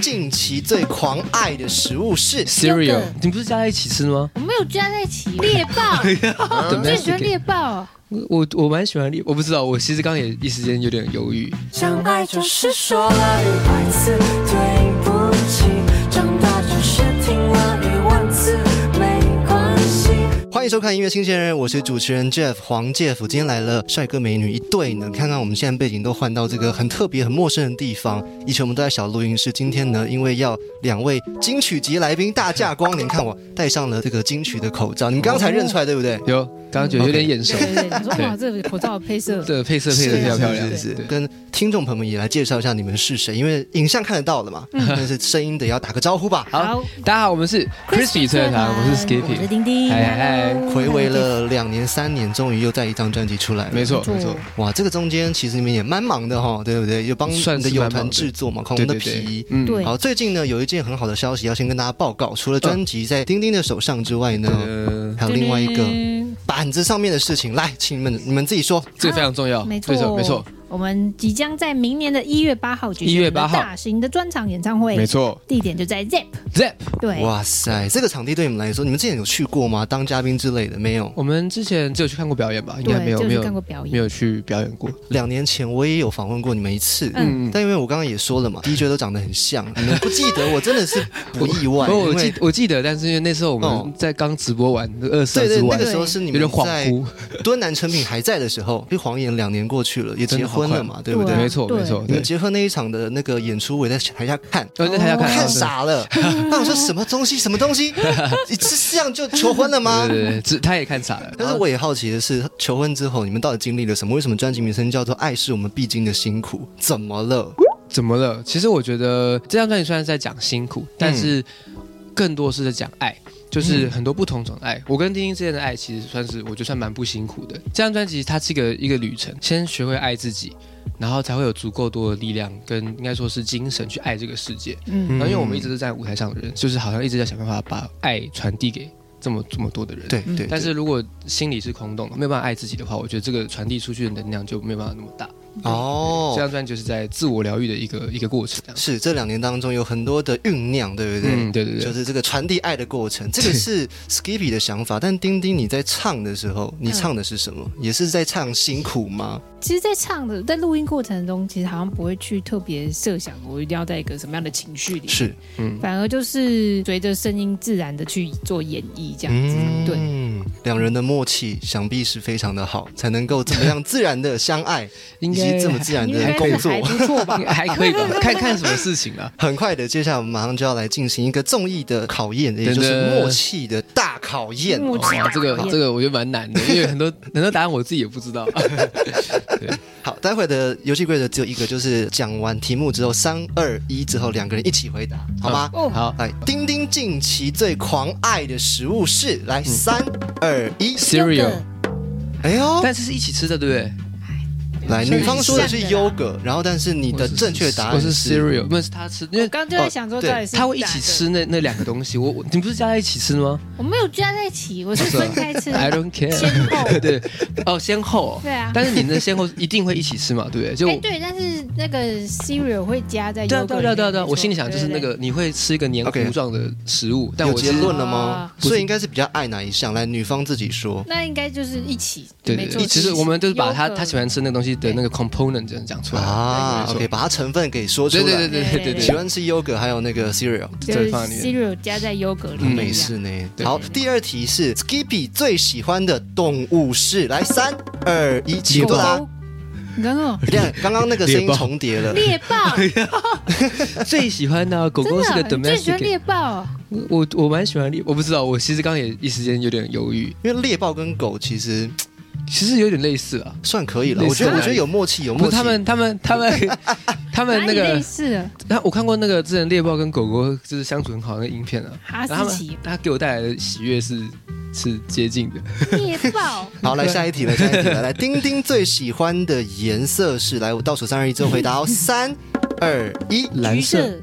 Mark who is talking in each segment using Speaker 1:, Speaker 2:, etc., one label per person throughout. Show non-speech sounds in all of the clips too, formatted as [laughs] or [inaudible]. Speaker 1: 近期最狂爱的食物是
Speaker 2: Cereal，
Speaker 3: 的
Speaker 2: 你不是加在一起吃的吗？
Speaker 3: 我没有加在一起，猎
Speaker 2: [laughs]
Speaker 3: 豹，
Speaker 2: 准
Speaker 3: 哦你最
Speaker 2: 备
Speaker 3: 喜欢猎豹，
Speaker 2: 我我蛮喜欢猎，我不知道，我其实刚刚也一时间有点犹豫。
Speaker 4: 相爱就是说了一百次对不起，长大就是听了一万次没关系。
Speaker 1: 欢迎收看《音乐新鲜人》，我是主持人 Jeff 黄介甫。今天来了帅哥美女一对呢，看看我们现在背景都换到这个很特别、很陌生的地方。以前我们都在小录音室，今天呢，因为要两位金曲级来宾大驾光临，看我戴上了这个金曲的口罩，你们刚才认出来对不对？
Speaker 2: 有，刚刚觉得有点眼熟
Speaker 3: [laughs] 对，对对，你说
Speaker 2: 对
Speaker 3: 哇，这个口罩的配
Speaker 2: [laughs]
Speaker 3: 色，
Speaker 2: 这个配色配的
Speaker 3: [laughs] 是
Speaker 2: 比较漂亮，
Speaker 1: 是是是
Speaker 2: 对
Speaker 1: 跟听众朋友们也来介绍一下你们是谁，因为影像看得到了嘛，但是声音得要打个招呼
Speaker 3: [laughs]
Speaker 1: 吧。
Speaker 2: 好，大家好，我们是 Crispy 车堂，我是
Speaker 3: 我是
Speaker 2: Skippy，
Speaker 3: 丁丁，
Speaker 2: 嗨嗨嗨，
Speaker 1: 回味了两年三年，终于又带一张专辑出来了。
Speaker 2: 没错
Speaker 3: 没
Speaker 2: 没
Speaker 3: 错
Speaker 2: 错，
Speaker 1: 哇，这个中间其实你们也蛮忙的哈，对不对？又帮你
Speaker 2: 算
Speaker 1: 们
Speaker 2: 是
Speaker 1: 的友
Speaker 2: 蛮忙
Speaker 1: 团
Speaker 2: 的
Speaker 1: 制作嘛，恐
Speaker 2: 对
Speaker 1: 龙的
Speaker 2: 对
Speaker 1: 皮
Speaker 2: 对。，嗯
Speaker 3: 对
Speaker 1: 好，最近呢有一件很好的消息要先跟大家报告，除了
Speaker 2: 嗯
Speaker 1: 专辑在丁丁的手上之外呢，
Speaker 2: 呃，
Speaker 1: 还有另外一个
Speaker 3: 嗯
Speaker 1: 板子上面的事情，来，请你们你们自己说。
Speaker 2: 这个非常重要，
Speaker 3: 没
Speaker 2: 对
Speaker 3: 错，
Speaker 2: 没错，。
Speaker 3: 我们即将在明年的一月八号举行
Speaker 2: 1月8号
Speaker 3: 我们的大型的专场演唱会，
Speaker 2: 没，错
Speaker 3: 地点就在 Zep，
Speaker 2: ，Zep，
Speaker 3: 对，
Speaker 1: 哇塞，这个场地对你们来说，你们之前有去过吗？当嘉宾之类的没有？
Speaker 2: 我们之前只有去看过表演吧，应该
Speaker 3: 对，
Speaker 2: 没有
Speaker 3: 就
Speaker 2: 没
Speaker 3: 是看
Speaker 2: 有
Speaker 3: 过表
Speaker 2: 没
Speaker 3: 演，
Speaker 2: 有去表演过，
Speaker 1: 两年前我也有访问过你们一次，
Speaker 3: 嗯
Speaker 2: 嗯，
Speaker 1: 但因为我刚刚也说了嘛，DJ 都长得很像，你们不记得我真的是不意外，
Speaker 2: [laughs] 不过我
Speaker 1: 因为
Speaker 2: 记我记得，但是因为那时候我
Speaker 1: 哦
Speaker 2: 们在刚直播完二十
Speaker 1: 对对，
Speaker 2: 之
Speaker 1: 那
Speaker 2: 晚
Speaker 1: 个，时候是你
Speaker 2: 有
Speaker 1: 们
Speaker 2: 点恍
Speaker 1: 在
Speaker 2: 惚，
Speaker 1: 敦南成品还在的时
Speaker 2: [laughs]
Speaker 1: 候，就晃眼两年过去了，也
Speaker 2: 真
Speaker 1: 结
Speaker 2: 的好
Speaker 1: 婚了
Speaker 2: 快
Speaker 1: 嘛，对不
Speaker 3: 对啊
Speaker 1: 对？
Speaker 2: 没错
Speaker 3: 对
Speaker 2: 没错，
Speaker 1: 你
Speaker 2: 对
Speaker 1: 们，结婚那一场的那个演出，我也在台下看，哦
Speaker 2: 我哦在台下看
Speaker 1: 看
Speaker 2: 到是
Speaker 1: 傻
Speaker 2: [laughs]
Speaker 1: 了。那我说什么东西？什么东西？你是这样就求婚了吗
Speaker 2: 对？对对，只他也看傻了，啊
Speaker 1: 但是我也好奇的是，求婚之后你们到底经历了什么？为什么专辑名称叫做《爱是我们必经的辛苦》？怎么了？
Speaker 2: 怎么了？其实我觉得这张专辑虽然是在讲辛苦，但是
Speaker 1: 嗯
Speaker 2: 更多是在讲爱，就是很多不同种的爱。我跟丁丁之间的爱，其实算是我觉得算蛮不辛苦的。这张专辑它是一个一个旅程，先学会爱自己。然后才会有足够多的力量跟应该说是精神去爱这个世界。
Speaker 3: 嗯
Speaker 2: 然后因为我们一直是在舞台上的人，就是好像一直在想办法把爱传递给这么这么多的人。
Speaker 1: 对
Speaker 3: 嗯
Speaker 1: 对，
Speaker 2: 但是如果心里是空洞的，没有办法爱自己的话，我觉得这个传递出去的能量就没有办法那么大。
Speaker 1: 对哦
Speaker 2: 这，张专辑就是在自我疗愈的一个一个过程。这样
Speaker 1: 是这两年当中有很多的酝酿，对不对？
Speaker 2: 嗯，对对对，
Speaker 1: 就是这个传递爱的过程，这个是 Skippy 的想法。但丁丁，你在唱的时候，你唱的是什么？也是在唱辛苦吗？
Speaker 3: 其实，在唱的在录音过程中，其实好像不会去特别设想我一定要在一个什么样的情绪里，
Speaker 1: 是，
Speaker 2: 嗯，
Speaker 3: 反而就是随着声音自然的去做演绎这样子，对。
Speaker 1: 嗯，两人的默契想必是非常的好，才能够怎么样自然的相爱，
Speaker 2: 应
Speaker 1: 以
Speaker 2: 该
Speaker 1: 及这么自然
Speaker 3: 应该
Speaker 1: 的工
Speaker 3: 是
Speaker 1: 作
Speaker 3: 还。不错吧？
Speaker 2: [laughs] 还可以
Speaker 3: [laughs]
Speaker 2: 吧？看看什么事情啊？
Speaker 1: 很快的，接下来我们马上就要来进行一个综艺的考验，也就是默契的哦大考验。
Speaker 3: 默契
Speaker 2: 哇，这个
Speaker 3: [laughs]
Speaker 2: 这个我觉得蛮难的，因为很多很多答案我自己也不知道。
Speaker 1: 好，待会的游戏规则只有一个，就是讲完题目之后，三二一之后，两个人一起回答，好吗？
Speaker 3: 哦，
Speaker 2: 好
Speaker 1: 来，丁丁近期最狂爱的食物是？来，
Speaker 2: 嗯
Speaker 1: 三二一，
Speaker 2: ，Cereal，
Speaker 3: 哦
Speaker 1: 哎呦！
Speaker 2: 但是是一起吃的，对不对？
Speaker 1: 来，
Speaker 3: 是
Speaker 1: 女方说的是
Speaker 3: 像的啦
Speaker 1: yogurt，然后但是你的
Speaker 2: 我是
Speaker 1: 正确答案
Speaker 2: 我是 Cereal，不是他吃，因
Speaker 3: 我
Speaker 2: 为
Speaker 3: 刚刚就在想说，
Speaker 1: 哦对
Speaker 3: 到底是
Speaker 2: 他会一起
Speaker 3: 哪个
Speaker 2: 吃
Speaker 3: [laughs]
Speaker 2: 那那两个东西。我我你不是加在一起吃的吗
Speaker 3: 我没有加在一起，我是分开吃。
Speaker 2: [laughs]
Speaker 3: 哎
Speaker 2: ？I don't
Speaker 3: 先
Speaker 2: care。
Speaker 3: 后，
Speaker 2: [laughs] 对，哦，先后哦。
Speaker 3: 对啊。
Speaker 2: 但是你的先后一定会一起吃嘛，对不对？就
Speaker 3: 哎，对，但是那个 cereal 会加在
Speaker 2: 对啊
Speaker 3: yogurt
Speaker 2: 对啊对啊对啊
Speaker 3: 里
Speaker 2: 对啊！
Speaker 3: 面
Speaker 2: 我心里想就是那，个你会吃一个黏糊
Speaker 1: OK
Speaker 2: 状的食物，但
Speaker 1: 有
Speaker 2: 我
Speaker 1: 结
Speaker 2: 是
Speaker 1: 论了吗
Speaker 3: 啊？
Speaker 1: 所以应该是比较爱哪一项？来，女方自己说
Speaker 3: 对对对。那应该就是一起，
Speaker 2: 对
Speaker 3: 没
Speaker 2: 对
Speaker 3: 错
Speaker 2: 对，其实我们就是把他
Speaker 3: yogurt
Speaker 2: 他喜欢吃那个东西的那个 component 这样讲出来。
Speaker 1: 啊
Speaker 2: 对没错
Speaker 1: ，OK，把它成分给说出
Speaker 2: 对
Speaker 1: 来。
Speaker 2: 对对对对对
Speaker 3: 对
Speaker 1: 喜
Speaker 2: 对，
Speaker 1: 欢吃 yogurt，还有那个 cereal，
Speaker 3: 就
Speaker 2: 对
Speaker 3: 是
Speaker 2: 放在里面
Speaker 3: cereal 加在 yogurt 里
Speaker 2: 嗯
Speaker 3: 面
Speaker 1: 美
Speaker 3: 一样。
Speaker 1: 式呢。
Speaker 2: 对
Speaker 1: 好，第二题是 Skippy 最喜欢的动物是？来，三二一，起
Speaker 3: 狗
Speaker 1: 作答。
Speaker 2: [laughs]
Speaker 3: 狗，你刚刚
Speaker 1: 你看，刚刚那个声音
Speaker 2: 猎豹
Speaker 1: 重叠了。
Speaker 3: 猎豹，
Speaker 2: 最喜欢的啊 [laughs] 狗
Speaker 3: [laughs] 真
Speaker 2: 狗是个
Speaker 3: 的，你最喜欢
Speaker 2: domestic，
Speaker 3: 猎豹？
Speaker 2: 我我蛮喜欢猎，我不知道，我其实刚刚也一时间有点犹豫，
Speaker 1: 因为猎豹跟狗其实
Speaker 2: 其实有点类似啊。
Speaker 1: 算可以了，
Speaker 2: 类似
Speaker 1: 我觉得
Speaker 2: 啊
Speaker 1: 我觉得有默契，有
Speaker 2: 不
Speaker 1: 默
Speaker 2: 是
Speaker 1: 契。
Speaker 2: 他们他们他们
Speaker 3: [laughs]
Speaker 2: [laughs] 他们
Speaker 3: 哪
Speaker 2: 那
Speaker 3: 里类
Speaker 2: 个，
Speaker 3: 似的
Speaker 2: 他我看过那个之前猎豹跟狗狗就是相处很好的那个影片啊，
Speaker 3: 哈
Speaker 2: 然后他
Speaker 3: 士奇
Speaker 2: 们他给我带来的喜悦是是接近 [laughs] 的，
Speaker 3: 猎豹，
Speaker 1: 好，来下一题，来下一题，来来，丁丁最喜
Speaker 2: [laughs]
Speaker 1: 欢的颜色是？来，我倒数三二一之后回答哦，三二一，
Speaker 2: [laughs] 蓝
Speaker 3: 橘
Speaker 2: 色
Speaker 3: 色，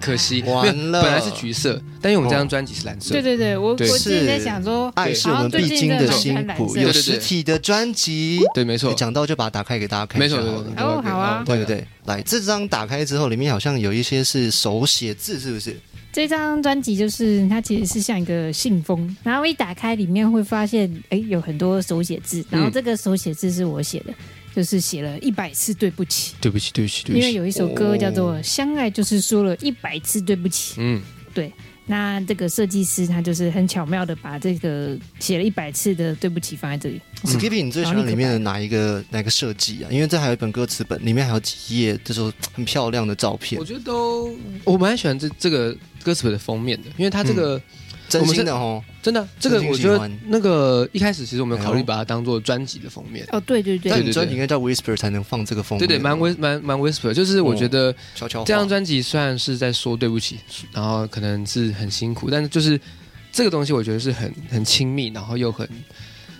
Speaker 2: 可惜
Speaker 1: 完了
Speaker 2: 本来是橘色，但因为我们这张专辑是蓝色，
Speaker 3: 对对对，我我
Speaker 2: 对
Speaker 3: 自己在
Speaker 1: 是
Speaker 3: 想说，
Speaker 1: 爱是我们必经的辛
Speaker 3: 好像
Speaker 1: 苦，
Speaker 3: 最近真的很难受
Speaker 1: 有实体的专辑，
Speaker 2: 对没错
Speaker 1: 诶，讲到就把它打开给大家看一
Speaker 2: 没
Speaker 1: 下
Speaker 2: 错，
Speaker 1: 好了，
Speaker 2: 对对
Speaker 3: 哦好啊
Speaker 1: 对对对，来这张打开之后，里面好像有一些是手写字，是不是？
Speaker 3: 这张专辑就是它其实是像一个信封，然后一打开里面会发现，哎，有很多手写字，然后这个手写字是我写的，就是写了一百次对不起，
Speaker 2: 对不起，对不起，对
Speaker 3: 因
Speaker 2: 不
Speaker 3: 为
Speaker 2: 起，
Speaker 3: 有一首歌叫做《相爱就是说了一百次对不起》，
Speaker 2: 嗯，
Speaker 3: 那这个设计师他就是很巧妙的把这个写了一百次的对不起放在这里，
Speaker 2: 嗯
Speaker 1: Skippy，你最喜欢里面的哪一个哪一个设计啊？因为这还有一本歌词本，里面还有几页这种很漂亮的照片
Speaker 2: 我，觉得都我蛮喜欢这这个歌词本的封面的，因为它这个
Speaker 1: 真
Speaker 2: 我们
Speaker 1: 心
Speaker 2: 是
Speaker 1: 的哦。
Speaker 2: 真的这个
Speaker 1: 真心
Speaker 2: 我
Speaker 1: 喜
Speaker 2: 觉得
Speaker 1: 欢
Speaker 2: 那个一开始其实我们有考
Speaker 1: 哎
Speaker 2: 虑
Speaker 1: 呦
Speaker 2: 把它当做专辑的封面，
Speaker 3: 哦，对对对
Speaker 1: 但
Speaker 2: 对，
Speaker 1: 你专辑应该叫 Whisper 才能放这个封
Speaker 2: 对
Speaker 1: 面，
Speaker 2: 对，蛮 whi 蛮蛮 whisper，就是我觉得
Speaker 1: 悄悄话
Speaker 2: 这张专辑虽然是在说对不起，然后可能是很辛苦，但是就是这个东西我觉得是很很亲密，然后又很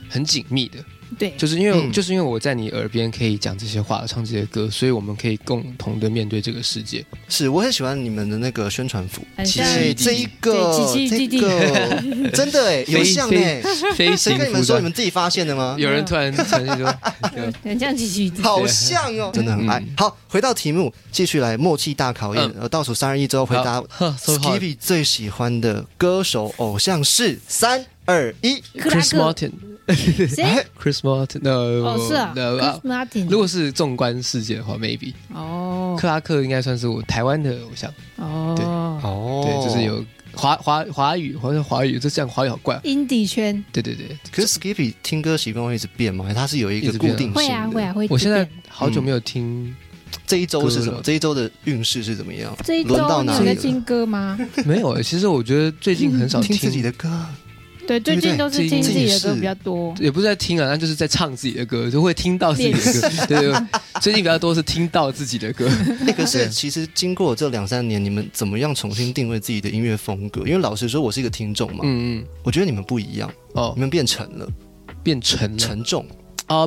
Speaker 2: 很紧密的，
Speaker 3: 对，
Speaker 2: 就是因为、
Speaker 1: 嗯
Speaker 2: 就是因为我在你耳边可以讲这些话，唱这些歌，所以我们可以共同的面对这个世界。
Speaker 1: 是我很喜欢你们的那个宣传服，
Speaker 3: 很
Speaker 2: 其
Speaker 3: 像
Speaker 2: 实
Speaker 1: 对这一个
Speaker 3: 对奇
Speaker 1: 这
Speaker 3: 奇弟弟
Speaker 1: 个 [laughs] 真的
Speaker 2: [laughs]
Speaker 1: 哎，有
Speaker 2: 非
Speaker 1: 像哎，
Speaker 2: 飞
Speaker 1: 谁
Speaker 2: 行
Speaker 1: 跟你们
Speaker 2: 服
Speaker 1: 说你
Speaker 2: 装，
Speaker 1: 们自己发现的吗？
Speaker 2: 有人突然传
Speaker 1: [laughs]
Speaker 2: 讯说，
Speaker 3: 很像奇奇弟弟，
Speaker 1: 好像
Speaker 2: [laughs]
Speaker 1: 哦，真的很爱。
Speaker 2: 嗯
Speaker 1: 好，回到题目，继续来默契大考验。
Speaker 2: 嗯
Speaker 1: 呃，倒数三二一之后回答
Speaker 2: 好呵，so hard
Speaker 1: Skippy 最喜欢的歌手偶像是三二一，
Speaker 3: 克拉
Speaker 2: Chris
Speaker 3: 克，
Speaker 2: Martin，Chris [laughs]
Speaker 3: 谁？
Speaker 2: Martin，哦
Speaker 3: 哦，是啊
Speaker 2: no,
Speaker 3: ，Chris Martin，
Speaker 2: 如果是纵观世界的话，maybe
Speaker 3: 哦
Speaker 2: 克拉克应该算是我台湾的偶像。
Speaker 3: 哦
Speaker 1: 哦
Speaker 2: 对，就是。有华华华语或者华语，这这样华语好怪。
Speaker 3: ，indie 圈
Speaker 2: 对对对，
Speaker 1: 可是 Skippy 听歌习惯会一直变吗？它是有一
Speaker 2: 一
Speaker 1: 个
Speaker 2: 直
Speaker 1: 固
Speaker 2: 变啊
Speaker 1: 定性的。
Speaker 3: 会啊会啊会一直变。
Speaker 2: 我现在好久没有听，
Speaker 1: 这一周是什么
Speaker 2: 歌？了
Speaker 1: 这一周的运势是怎么样？
Speaker 3: 这一周
Speaker 1: 轮到
Speaker 3: 你
Speaker 1: 哪
Speaker 3: 有在
Speaker 1: 里了？
Speaker 3: 听歌吗？
Speaker 2: [laughs] 没有。其实我觉得最近很少
Speaker 1: 嗯 [laughs] 听
Speaker 2: 听
Speaker 1: 自己，的
Speaker 3: [laughs]
Speaker 1: 歌，
Speaker 3: 对，最近都是
Speaker 2: 对
Speaker 3: 听
Speaker 2: 这
Speaker 3: 自己
Speaker 1: 也
Speaker 3: 的
Speaker 1: 是
Speaker 3: 歌比较多。
Speaker 2: 也不是在听啊，那就是在唱自己的歌，就会听到自己的歌。对对，对最近比较多是听到自己的歌。
Speaker 1: 那哎可是其实经过这两三年，你们怎么样重新定位自己的音乐风格？因为老实说，我是一个听众嘛，
Speaker 2: 嗯嗯。
Speaker 1: 我觉得你们不一样，
Speaker 2: 哦
Speaker 1: 你，们变沉了，
Speaker 2: 变沉了，
Speaker 1: 沉重。
Speaker 2: 哦，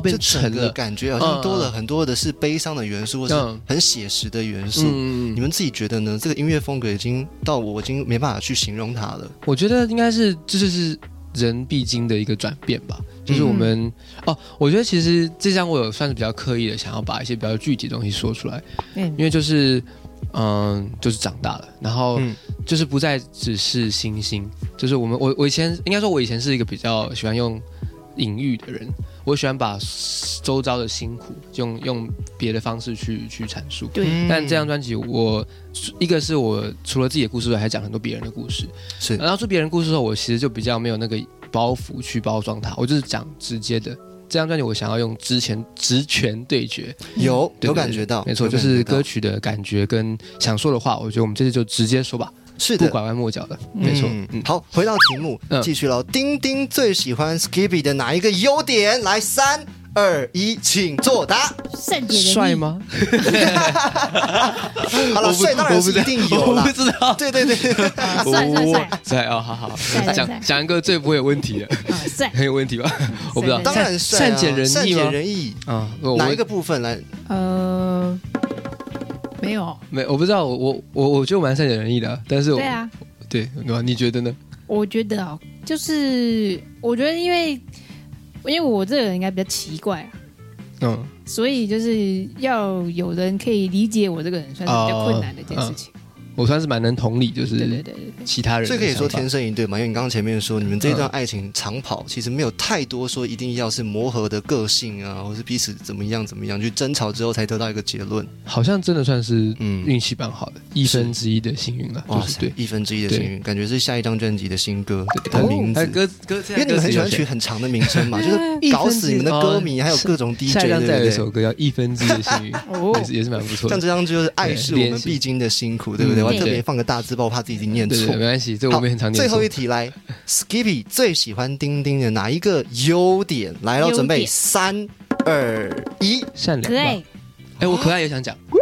Speaker 1: 这
Speaker 2: 嗯变
Speaker 1: 整
Speaker 2: 沉
Speaker 1: 个
Speaker 2: 了。
Speaker 1: 感觉好像多了很多的是悲伤的元素，或是
Speaker 2: 嗯
Speaker 1: 很写实的元素。
Speaker 2: 嗯，
Speaker 1: 你们自己觉得呢？这个音乐风格已经到我已经没办法去形容它了。
Speaker 2: 我觉得应该是这就是人必经的一个转变吧，就是我们、
Speaker 1: 嗯
Speaker 2: 哦，我觉得其实这张我有算是比较刻意的想要把一些比较具体的东西说出来，
Speaker 3: 嗯
Speaker 2: 因为就是嗯，就是长大了，然后
Speaker 1: 嗯
Speaker 2: 就是不再只是星星，就是我们我我以前应该说，我以前是一个比较喜欢用隐喻的人，我喜欢把周遭的辛苦用用别的方式去去阐述。
Speaker 3: 对，
Speaker 1: 嗯
Speaker 2: 但这张专辑，我一个是我除了自己的故事之外，还讲很多别人的故事。
Speaker 1: 是
Speaker 2: 然后说别人故事的时候，我其实就比较没有那个包袱去包装它，我就是讲直接的。这张专辑我想要用之前职权对决，
Speaker 1: 有
Speaker 2: 对
Speaker 1: 有
Speaker 2: 对
Speaker 1: 感觉到，
Speaker 2: 没错，
Speaker 1: 有
Speaker 2: 就
Speaker 1: 感觉
Speaker 2: 是
Speaker 1: 到
Speaker 2: 歌曲的感觉跟想说的话，我觉得我们这次就直接说吧，
Speaker 1: 是
Speaker 2: 不
Speaker 1: 的，
Speaker 2: 拐弯抹角的，
Speaker 3: 嗯
Speaker 2: 没错，
Speaker 1: 嗯
Speaker 2: 嗯，
Speaker 1: 好，回到题目，
Speaker 2: 嗯
Speaker 1: 继续喽。丁丁最喜欢 Skippy 的哪一个优点？来，三二一，请作
Speaker 2: [laughs]
Speaker 1: 答。
Speaker 3: 善解人意
Speaker 2: 帅？吗？
Speaker 1: 好了，
Speaker 2: 我不
Speaker 1: 帅当然
Speaker 2: 我不
Speaker 1: 是
Speaker 2: 知道
Speaker 1: 一定有啊
Speaker 2: 我
Speaker 1: 啦
Speaker 2: 不。知道，
Speaker 1: 对对
Speaker 2: [laughs]
Speaker 1: 对，
Speaker 3: 啊 [laughs] 帅帅帅啊
Speaker 2: 帅哦，好好
Speaker 3: 帅帅
Speaker 2: 好，讲
Speaker 3: 帅
Speaker 2: 讲一个最不会有问题的， [laughs]
Speaker 3: 啊帅！
Speaker 2: 很有问题吧？我不知道，
Speaker 1: 当然帅、啊，
Speaker 2: 善解人
Speaker 1: 善
Speaker 2: 意
Speaker 1: 解
Speaker 2: 吗？
Speaker 1: 人意。
Speaker 2: 啊，我
Speaker 1: 哪一个部分来？
Speaker 3: 呃，没有，
Speaker 2: 没，我不知道，我我我我觉得我蛮善解人意的，但是我
Speaker 3: 对，啊，
Speaker 2: 对，你觉得呢？
Speaker 3: 我觉得哦，就是我觉得因为因为我这个人应该比较奇怪啊，
Speaker 2: 嗯，
Speaker 3: 所以就是要有人可以理解我这个人，算是
Speaker 2: 哦
Speaker 3: 比较困难的一件事情。
Speaker 2: 我算是蛮能同理，就是
Speaker 3: 对对对对对，
Speaker 2: 其他人的
Speaker 1: 所以可以说
Speaker 2: 想法嗯
Speaker 1: 天生一对嘛？因为你刚刚前面说，你们这一段爱情长跑，其实没有太多说一定要是磨合的个性啊，或是彼此怎么样怎么样去争吵之后才得到一个结论。
Speaker 2: 好像真的算是
Speaker 1: 嗯，
Speaker 2: 运气蛮好的，一分之一的幸运了，就是对。
Speaker 1: 一分之一的幸运，感觉是下一张专辑的新歌
Speaker 2: 对
Speaker 1: 的名
Speaker 2: 还
Speaker 1: 字
Speaker 2: 有。哦歌歌，
Speaker 1: 因为你们很喜欢取
Speaker 2: 选，
Speaker 1: 很长的名称
Speaker 2: [laughs]
Speaker 1: 嘛，就是搞死你们的歌迷，还有各种 DJ，
Speaker 2: 哦下
Speaker 1: 对
Speaker 2: 一张
Speaker 1: 不
Speaker 2: 再有一首
Speaker 1: 对？
Speaker 2: 歌叫《一分之一的
Speaker 1: [laughs]
Speaker 2: 幸运》，也
Speaker 3: 哦
Speaker 2: 是，也是蛮不错
Speaker 1: 像
Speaker 2: 的。
Speaker 1: 这张就是爱是我们必经的辛苦，对不对？
Speaker 2: 嗯
Speaker 1: 我还特别
Speaker 2: 对
Speaker 1: 放个大字报，我怕自己念
Speaker 2: 对
Speaker 1: 错
Speaker 2: 对，。没关系，这我
Speaker 1: 好，
Speaker 2: 们也很常
Speaker 1: 最
Speaker 2: 念
Speaker 1: 后
Speaker 2: 错
Speaker 1: 一。题来，Skippy 最喜欢丁丁的哪一个优点？来了，
Speaker 3: 优点
Speaker 1: 准备三二一，
Speaker 2: 善
Speaker 3: 可
Speaker 2: 良
Speaker 3: 爱
Speaker 2: 吧，，哎，我可爱也想讲，
Speaker 1: 哦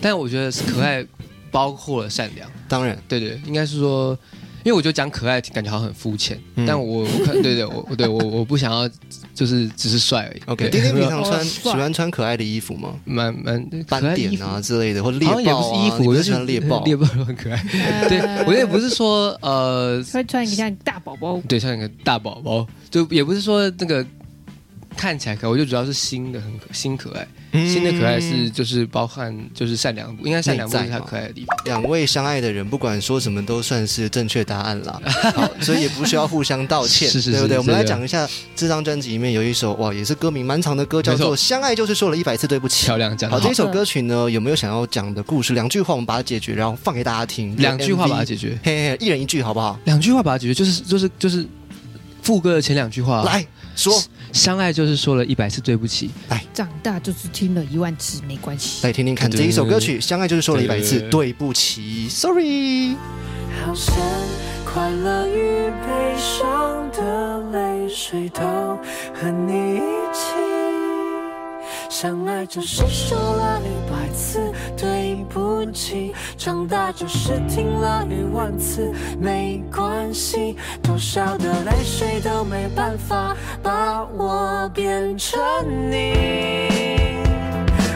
Speaker 2: 但我觉得是可爱包括了善良。
Speaker 1: 当然
Speaker 2: 对对，应该是说，因为我觉得讲可爱感觉好像很肤浅，
Speaker 1: 嗯
Speaker 2: 但我我看对对我我对我我不想要就是只是帅而已。
Speaker 1: OK，
Speaker 2: 对
Speaker 1: 丁丁平常
Speaker 3: 我
Speaker 1: 穿喜
Speaker 3: 帅
Speaker 1: 欢穿可爱的衣服吗？
Speaker 2: [laughs] 蛮蛮可
Speaker 1: 斑
Speaker 2: 爱衣
Speaker 1: 点
Speaker 2: 服
Speaker 1: 啊之类的，或猎
Speaker 2: 好像也不
Speaker 1: 豹
Speaker 2: 是
Speaker 1: 啊，
Speaker 2: 衣服，
Speaker 1: 你
Speaker 2: 我
Speaker 1: 不
Speaker 2: 就是是
Speaker 1: 喜欢猎豹？
Speaker 2: 猎豹很可爱。
Speaker 3: 呃
Speaker 2: 对我也不是说呃，
Speaker 3: 会穿一个像大宝宝，
Speaker 2: 对，像一个大宝宝，就也不是说那个看起来可爱，我就主要是新的很可新可爱，新的可爱是
Speaker 1: 嗯
Speaker 2: 就是包含就是善良部，应该善良部
Speaker 1: 内在
Speaker 2: 是他
Speaker 1: 嘛
Speaker 2: 可爱的地方。
Speaker 1: 两位相爱的人，不管说什么都算是正确答案
Speaker 2: [laughs]
Speaker 1: 啦，好，所以也不需要互相道歉，
Speaker 2: 是是是
Speaker 1: 对不对？
Speaker 2: 是
Speaker 1: 我们来
Speaker 2: 这个
Speaker 1: 讲一下这张专辑里面有一首哇，也是歌名蛮长的歌，叫
Speaker 2: 没
Speaker 1: 做《
Speaker 2: 错
Speaker 1: 相爱就是说了一百次对不起》
Speaker 2: 漂。亮，讲
Speaker 1: 好，
Speaker 2: 得好
Speaker 1: 这，首歌曲呢，有没有想要讲的故事？两句话我们把它解决，然后放给大家听。
Speaker 2: [laughs] 两句话把它
Speaker 1: 决，
Speaker 2: 解决，
Speaker 1: 嘿嘿，一人一句好不好？
Speaker 2: 两句话把它解决，就是就是就是副歌的前两句话，，
Speaker 1: 来说，
Speaker 2: 相爱就是说了一百次对不起，
Speaker 3: 长大就是听了一万次没关系。
Speaker 1: 来听听看
Speaker 2: 对
Speaker 1: 这
Speaker 2: 对
Speaker 1: 一首
Speaker 2: 对
Speaker 1: 歌
Speaker 2: 对
Speaker 1: 曲《相爱就是说了一百次
Speaker 2: 对对对
Speaker 1: 对不起》，Sorry。
Speaker 4: 好像快乐与悲伤的泪水都和你一起。相爱就是说了一百次对不起，长大就是听了一万次没关系，多少的泪水都没办法把我变成你。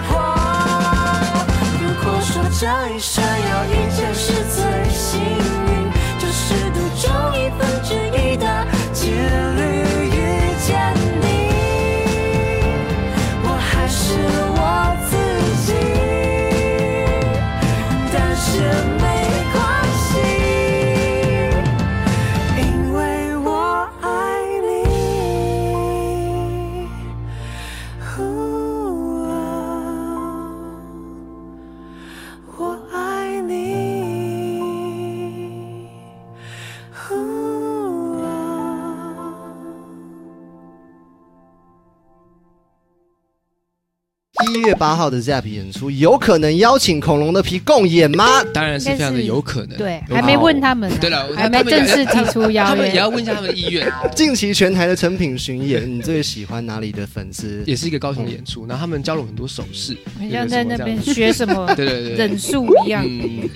Speaker 4: 哦如果说这一生有一件事最幸运，就是赌中一分之一的几率遇见你，我还是我自己，但是没关系，因为我爱你。呼啊，我爱你。呼啊。
Speaker 1: 一月八号的 Zap 演出，有可能邀请恐龙的皮共演吗？ [laughs]
Speaker 2: 当然是非常的
Speaker 3: 应该是
Speaker 2: 有可能。
Speaker 3: 对，
Speaker 2: 有
Speaker 3: 还没
Speaker 2: 可能
Speaker 3: 问他们啊，
Speaker 2: 对了，
Speaker 3: 还没
Speaker 2: 他们也
Speaker 3: 正式提出邀
Speaker 2: 他们也要
Speaker 3: 约。
Speaker 2: 问一下他们的意愿。
Speaker 1: 近期全台的成品巡演，你最喜欢哪里的粉丝？
Speaker 2: 也是一个高雄的演出，然后他们教了我很多手势，
Speaker 3: 很像在那边
Speaker 2: 有一个什么这样 [laughs]
Speaker 3: 学什么
Speaker 2: 对对对对
Speaker 3: 忍术一样，
Speaker 2: 嗯，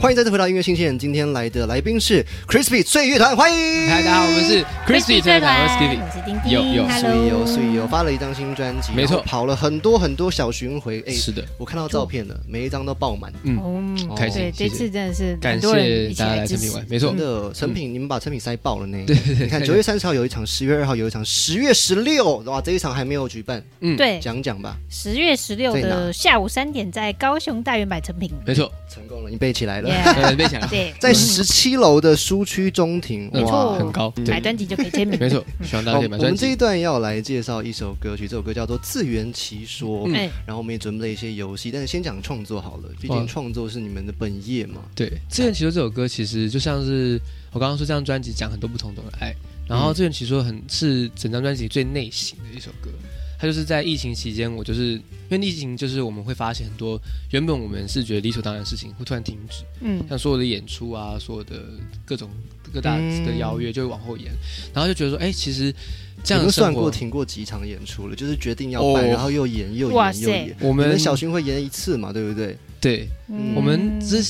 Speaker 1: 欢迎再次回到音乐新鲜人，今天来的来宾是 Crispy 最乐团，欢迎！
Speaker 2: 嗨，大家好，我们是 Christy
Speaker 3: 最
Speaker 2: 乐
Speaker 3: 团，
Speaker 2: 团，我是
Speaker 3: 我
Speaker 2: Stevie。
Speaker 3: 是丁
Speaker 2: 有有
Speaker 3: 丁哦
Speaker 1: 所以
Speaker 3: ，Hello，
Speaker 1: 有，所以有哦发了一张新专辑，
Speaker 2: 没错
Speaker 1: 然后跑了很多很多小巡回，哎，
Speaker 2: 是的，
Speaker 1: 我看到照片了，每一张都爆满。
Speaker 3: 嗯
Speaker 1: 开心
Speaker 3: 对，
Speaker 2: 谢
Speaker 3: 这
Speaker 2: 谢
Speaker 3: 次真的是
Speaker 2: 感
Speaker 3: 很多人
Speaker 2: 谢
Speaker 3: 一起
Speaker 2: 大家来
Speaker 3: 支
Speaker 2: 成品
Speaker 3: 持嗯
Speaker 2: 玩，，没错
Speaker 1: 真，的，成品、你们把成品塞爆了呢。对对对，你看九月三十号有一场，十月二号有一场，十月十六，哇，这一场还没有举办，
Speaker 2: 嗯，，
Speaker 3: 对，
Speaker 1: 讲讲吧。
Speaker 3: 十月十六
Speaker 1: 在哪
Speaker 3: 的下午三点，在高雄大圆柏成品。
Speaker 2: 没
Speaker 3: [laughs]
Speaker 2: 错，
Speaker 1: 成功了，你背起来了。
Speaker 2: [laughs]
Speaker 3: Yeah，
Speaker 2: 呃，别想了，
Speaker 3: [laughs] 对，
Speaker 1: 在十七楼的书区中庭，
Speaker 2: 嗯
Speaker 3: 没错
Speaker 1: 哇，
Speaker 2: 很高，
Speaker 3: 买
Speaker 2: 对，
Speaker 3: 专辑就可以 [laughs] 签名。
Speaker 2: 没错，希望大家
Speaker 1: 好
Speaker 2: 可以
Speaker 1: 我
Speaker 2: 买专
Speaker 1: 们这一
Speaker 2: 辑。
Speaker 1: 段要来介绍一首歌曲，这首歌叫做《自圆其说》。
Speaker 2: 嗯
Speaker 3: 哎，
Speaker 1: 然后我们也准备了一些游戏，但是先讲创作好了，毕
Speaker 2: 哇
Speaker 1: 竟创作是你们的本业嘛。
Speaker 2: 对，之前其实这首歌其实就像是我刚刚说这张专辑讲很多不同种的爱，然后之前其实说很是整张专辑最内省的一首歌，它就是在疫情期间，我就是因为疫情就是我们会发现很多原本我们是觉得理所当然的事情会突然停止，
Speaker 3: 嗯，
Speaker 2: 像所有的演出啊，所有的各种各大
Speaker 3: 嗯
Speaker 2: 的邀约就会往后延，然后就觉得说，哎、其实这
Speaker 1: 有没
Speaker 2: 样的
Speaker 1: 有
Speaker 2: 生
Speaker 1: 算
Speaker 2: 活
Speaker 1: 过，停过几场演出了？就是决定要办，
Speaker 2: 哦
Speaker 1: 然后又演又
Speaker 3: 哇
Speaker 1: 演
Speaker 3: 塞
Speaker 1: 又演。
Speaker 2: 我
Speaker 1: 我们
Speaker 2: 们
Speaker 1: 小巡回演一次嘛，对不对？
Speaker 2: 对，
Speaker 1: 嗯
Speaker 2: 我们这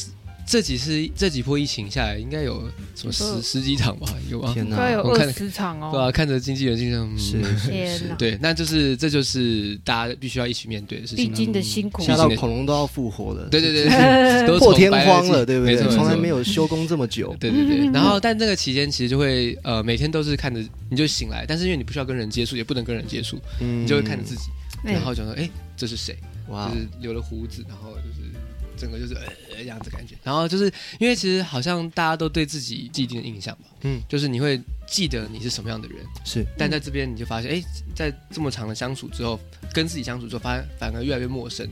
Speaker 2: 这几次这几波疫情下来，应该有什么十
Speaker 3: 嗯
Speaker 2: 十几场吧，有啊，
Speaker 1: 天
Speaker 3: 都
Speaker 1: 哪
Speaker 3: 有，
Speaker 2: 我看
Speaker 3: 二十场
Speaker 2: 对啊，
Speaker 3: 哦，
Speaker 2: 看着经纪人经常、嗯、
Speaker 1: 是
Speaker 2: [laughs]
Speaker 3: 天哪，
Speaker 2: 对，那就是这就是大家必须要一起面对的事
Speaker 3: 必
Speaker 2: 情。
Speaker 3: 经的辛苦。
Speaker 2: 嗯
Speaker 1: 吓到恐龙都要复活了，
Speaker 2: 对对对
Speaker 1: 是
Speaker 2: 对，
Speaker 1: [laughs] 不
Speaker 2: 都
Speaker 1: 是，破
Speaker 2: 从
Speaker 1: 天
Speaker 2: 白
Speaker 1: 荒
Speaker 2: 日
Speaker 1: 了，
Speaker 2: 记
Speaker 1: 对不对
Speaker 2: 没？错，
Speaker 1: 从来
Speaker 2: 错
Speaker 1: 没。有休工这么久。
Speaker 2: 对对对，然后但这个期间其实就会呃每天都是看着你就醒来，但是因为你不需要跟人接触，也不能跟人接触，
Speaker 1: 嗯
Speaker 2: 你就会看着自己，
Speaker 3: 哎
Speaker 2: 然后就说哎这是谁？
Speaker 1: 哇
Speaker 2: 就，是留了胡子，然后就是整个就是呃呃这样子感觉。然后就是因为其实好像大家都对自己既定的印象吧，
Speaker 1: 嗯
Speaker 2: 嗯，就是你会记得你是什么样的人，
Speaker 1: 是
Speaker 2: 但在这边你就发现，哎，在这么长的相处之后，跟自己相处之后，发反而越来越陌生，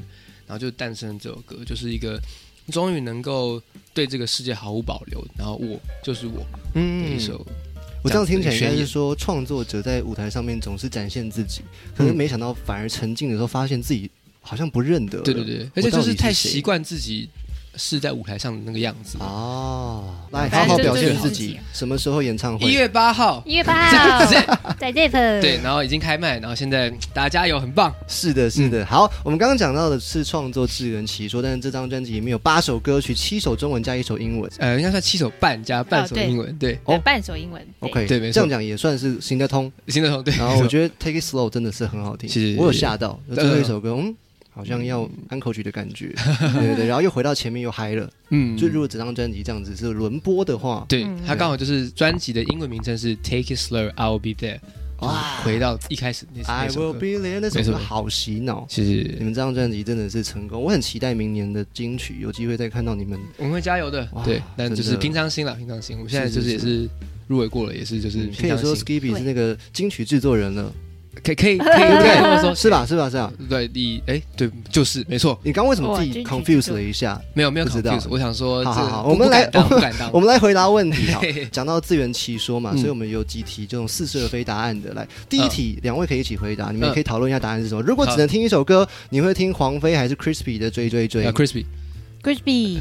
Speaker 2: 然后就诞生了这首歌，就是一个终于能够对这个世界毫无保留，然后我就是我的
Speaker 1: 嗯
Speaker 2: 一首，
Speaker 1: 我这样听起来应
Speaker 2: 这
Speaker 1: 该
Speaker 2: 样子的宣
Speaker 1: 是
Speaker 2: 言
Speaker 1: 说，创作者在舞台上面总是展现自己，可是
Speaker 2: 嗯
Speaker 1: 没想到反而沉浸的时候，发现自己好像不认得了。
Speaker 2: 对对对，
Speaker 1: 我
Speaker 2: 而且就
Speaker 1: 到底
Speaker 2: 是太
Speaker 1: 谁
Speaker 2: 习惯自己是在舞台上的那个样子。
Speaker 1: 哦，来好
Speaker 3: 反正
Speaker 1: 好
Speaker 3: 就
Speaker 1: 表
Speaker 3: 就是
Speaker 1: 现
Speaker 3: 你
Speaker 1: 自
Speaker 3: 自己
Speaker 1: 己
Speaker 3: 啊。
Speaker 1: 什么时候演唱
Speaker 2: 一
Speaker 1: 会？
Speaker 2: 月八号，
Speaker 3: 一月八号
Speaker 2: 直接
Speaker 3: 在 d e
Speaker 2: 对，然后已经开卖，然后现在大家加油，很棒。
Speaker 1: 是的，是
Speaker 2: 嗯
Speaker 1: 的。好，我们刚刚讲到的是创作智人奇说，但是这张专辑里面有八首歌曲，七首中文加一首英文。
Speaker 2: 呃，应该算七首半加半首
Speaker 3: 哦对
Speaker 2: 英文，对，
Speaker 1: 哦
Speaker 3: 半首英文。对
Speaker 1: OK，
Speaker 2: 对没错
Speaker 1: 这样讲也算是行得通。
Speaker 2: 新的同对。
Speaker 1: 然后我
Speaker 2: 得，
Speaker 1: 觉得 Take It Slow 真的是很好听，
Speaker 2: 是
Speaker 1: 我有吓到，最后一首歌，嗯。好像要安口曲的感觉，对对对，然后又回到前面又嗨了。
Speaker 2: 嗯
Speaker 1: 就如果整张专辑这样子是轮播的话，
Speaker 2: 对
Speaker 3: 嗯
Speaker 2: 他刚好就是专辑的英文名称是 Take It Slow, I'll Be There，
Speaker 1: 哇
Speaker 2: 回到一开始那那
Speaker 1: I
Speaker 2: 首
Speaker 1: will
Speaker 2: 歌。
Speaker 1: be there 那首
Speaker 2: 没
Speaker 1: 歌
Speaker 2: 错
Speaker 1: 好洗脑。
Speaker 2: 其
Speaker 1: 你
Speaker 2: 实
Speaker 1: 们这张专辑真的是成功，我很期待明年的金曲，有机会再看到你们。
Speaker 2: 我们会加油的
Speaker 1: 哇，
Speaker 2: 对，但
Speaker 1: 真的
Speaker 2: 就是平常心啦，平常心。我们现在
Speaker 1: 是嗯
Speaker 2: 就是是也是入围过了，也是就是
Speaker 1: 可
Speaker 2: 平
Speaker 1: 以
Speaker 2: 常
Speaker 1: 说
Speaker 2: 心，
Speaker 1: Skippy
Speaker 3: 对
Speaker 1: 是那个金曲制作人了，
Speaker 2: 可以可
Speaker 3: [laughs]
Speaker 2: 以可以可以这么
Speaker 1: [laughs]
Speaker 2: 说，
Speaker 1: 是吧？是吧？是吧？
Speaker 2: 对，你哎，对，就是没错，
Speaker 1: 你刚为什么自己
Speaker 3: 哇金曲
Speaker 1: confuse
Speaker 3: 制作
Speaker 1: 了一下？
Speaker 2: 没有没有
Speaker 1: 不知道
Speaker 2: confuse。我想说，
Speaker 1: 好
Speaker 2: 这
Speaker 1: 好好
Speaker 2: 不
Speaker 1: 我们
Speaker 2: 不
Speaker 1: 来
Speaker 2: 敢当，不敢当
Speaker 1: 我。们来回答问题好啊
Speaker 2: [laughs] 嘿嘿，
Speaker 1: 讲到自圆其说嘛，
Speaker 2: 嗯
Speaker 1: 所以我们有几题这种似是而非答案的。来，第一题，两位可以一起回答，你们
Speaker 2: 嗯
Speaker 1: 也可以讨论一下答案是什么。如果只能听一首歌，你会听黄飞还是 Crispy 的《追追追
Speaker 2: 啊》？，crispy，
Speaker 3: Crispy，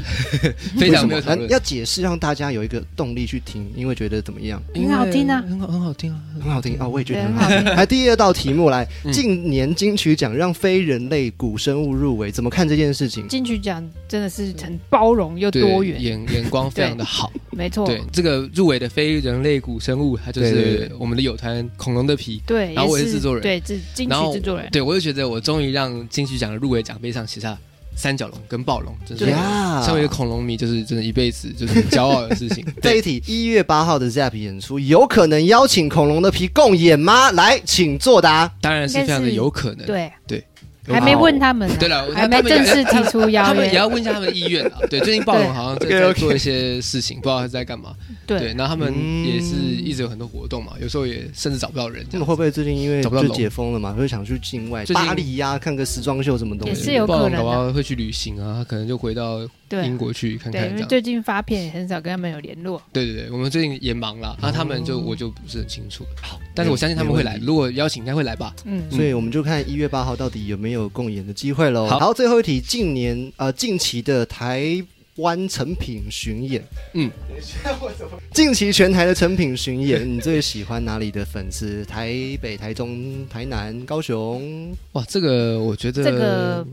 Speaker 1: 为
Speaker 2: 非
Speaker 1: 什
Speaker 2: 常
Speaker 1: 么
Speaker 2: 没有讨
Speaker 1: 嗯
Speaker 2: 论，
Speaker 1: 要解释让大家有一个动力去听，因为觉得怎么样，
Speaker 2: 因为
Speaker 3: 很好听啊
Speaker 2: 很好很好听啊。
Speaker 1: 很好听啊、哦，我也觉得
Speaker 3: 对
Speaker 1: 很好
Speaker 2: [laughs]
Speaker 1: 听。来，第二道题目来，
Speaker 2: 嗯
Speaker 1: 近年金曲奖让非人类古生物入围，怎么看这件事情？
Speaker 3: 金曲奖真的是很包容又
Speaker 2: 对
Speaker 3: 多元，哦
Speaker 2: 眼眼光非常的好。
Speaker 3: 没错，
Speaker 2: 对，这个入围的非人类古生物，它就
Speaker 1: 对对
Speaker 2: 是
Speaker 1: 对
Speaker 2: 我们的有团恐龙的皮。
Speaker 3: 对，
Speaker 2: 然后我也是
Speaker 3: 是
Speaker 2: 制作人
Speaker 3: 对，制金
Speaker 2: 然
Speaker 3: 曲
Speaker 2: 后
Speaker 3: 制作人，
Speaker 2: 对，我就觉得我终于让金曲奖的入围奖杯上写下三角龙跟暴龙，真是
Speaker 3: 对
Speaker 1: 呀
Speaker 2: 身为一个恐龙迷，就是真的一辈子就是很骄傲的事情。
Speaker 1: 这一
Speaker 2: 对，
Speaker 1: 题，一月八号的 Zap 演出有可能邀请恐龙的皮共演吗？来，请作答。
Speaker 2: 当然是非常的有可能。
Speaker 3: 对
Speaker 2: 对
Speaker 3: 还没问他们呢，啊
Speaker 2: 对了，
Speaker 3: 还没
Speaker 2: 他们也
Speaker 3: 正式提出
Speaker 2: 他
Speaker 3: 邀
Speaker 2: 们也
Speaker 3: 约，
Speaker 2: 要问一下他们的意愿啊。对，最近暴龙好像在
Speaker 1: OK，OK
Speaker 2: 在做一些事情，不知道他在干嘛。对，
Speaker 3: 对，
Speaker 2: 然后他们
Speaker 1: 嗯
Speaker 2: 也是一直有很多活动嘛，有时候也甚至找不到人
Speaker 1: 他
Speaker 2: 这样
Speaker 1: 们
Speaker 2: 子。
Speaker 1: 会不会最近因为
Speaker 2: 找不到
Speaker 1: 就
Speaker 2: 龙
Speaker 1: 解封了嘛，会想去境外
Speaker 2: 最近
Speaker 1: 巴黎呀、看个时装秀什么东
Speaker 3: 也
Speaker 1: 西？
Speaker 3: 是有
Speaker 2: 暴
Speaker 3: 可
Speaker 2: 龙
Speaker 3: 能
Speaker 2: 搞
Speaker 3: 的
Speaker 2: 不好会去旅行啊，他可能就回到
Speaker 3: 对
Speaker 2: 英
Speaker 3: 啊
Speaker 2: 国去看看
Speaker 3: 对，因
Speaker 2: 这
Speaker 3: 为
Speaker 2: 样。
Speaker 3: 最近发片也很少跟他们有联络，
Speaker 2: 对对对，我们最近也忙了，啊，他们就
Speaker 3: 哦
Speaker 2: 我就不是很清楚，
Speaker 1: 好，
Speaker 2: 但是我相信他们会
Speaker 1: 没
Speaker 2: 来，
Speaker 1: 问题。
Speaker 2: 如果邀请应该会来吧。
Speaker 3: 嗯，
Speaker 1: 所以我们就看一月八号到底有没有共演的机会喽。
Speaker 2: 好
Speaker 1: 好，最后一题，近年呃近期的台湾成品巡演，
Speaker 2: 嗯，
Speaker 1: [laughs] 近期全台的成品巡演，你最喜欢哪里的粉丝？台北、台中、台南、高雄？
Speaker 2: 哇，这个我觉得
Speaker 3: 这个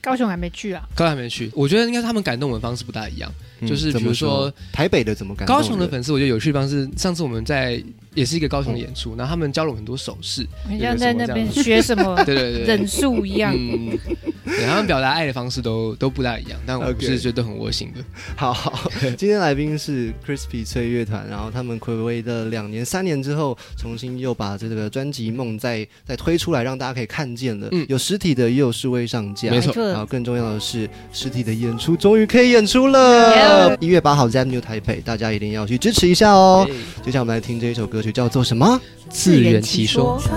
Speaker 3: 高雄还没去啊，
Speaker 2: 高雄还没去，我觉得应该是他们感动我们的方式不大一样，就是
Speaker 1: 嗯怎
Speaker 2: 比
Speaker 1: 么
Speaker 2: 如说
Speaker 1: 说台北的怎么感动
Speaker 2: 高雄的
Speaker 1: 人
Speaker 2: 粉丝，我觉得有趣的方式，上次我们在也是一个高雄的演出，然后他们教了我们很多手势，
Speaker 3: 很像在那边
Speaker 2: [laughs]
Speaker 3: 学什么
Speaker 2: 对对对对
Speaker 3: 忍，术一样，
Speaker 2: 嗯，对，他们表达爱的方式都都不大一样，但我
Speaker 1: OK
Speaker 2: 是觉得很窝心的。
Speaker 1: 好，今天来宾是 Crispy 翠乐团，然后他们暌违了两年、三年之后，重新又把这个专辑《梦再》再推出来，让大家可以看见了。
Speaker 2: 嗯
Speaker 1: 有实体的，也有数位上架。
Speaker 2: 没错
Speaker 1: 然后更重要的是，实体的演出终于可以演出了
Speaker 3: Yeah！
Speaker 1: 一月八号在 New 台北，大家一定要去支持一下哦。
Speaker 2: 哎
Speaker 1: 接下来我们来听这一首歌曲，叫做什么？
Speaker 2: 哦自圆其说，
Speaker 4: 穿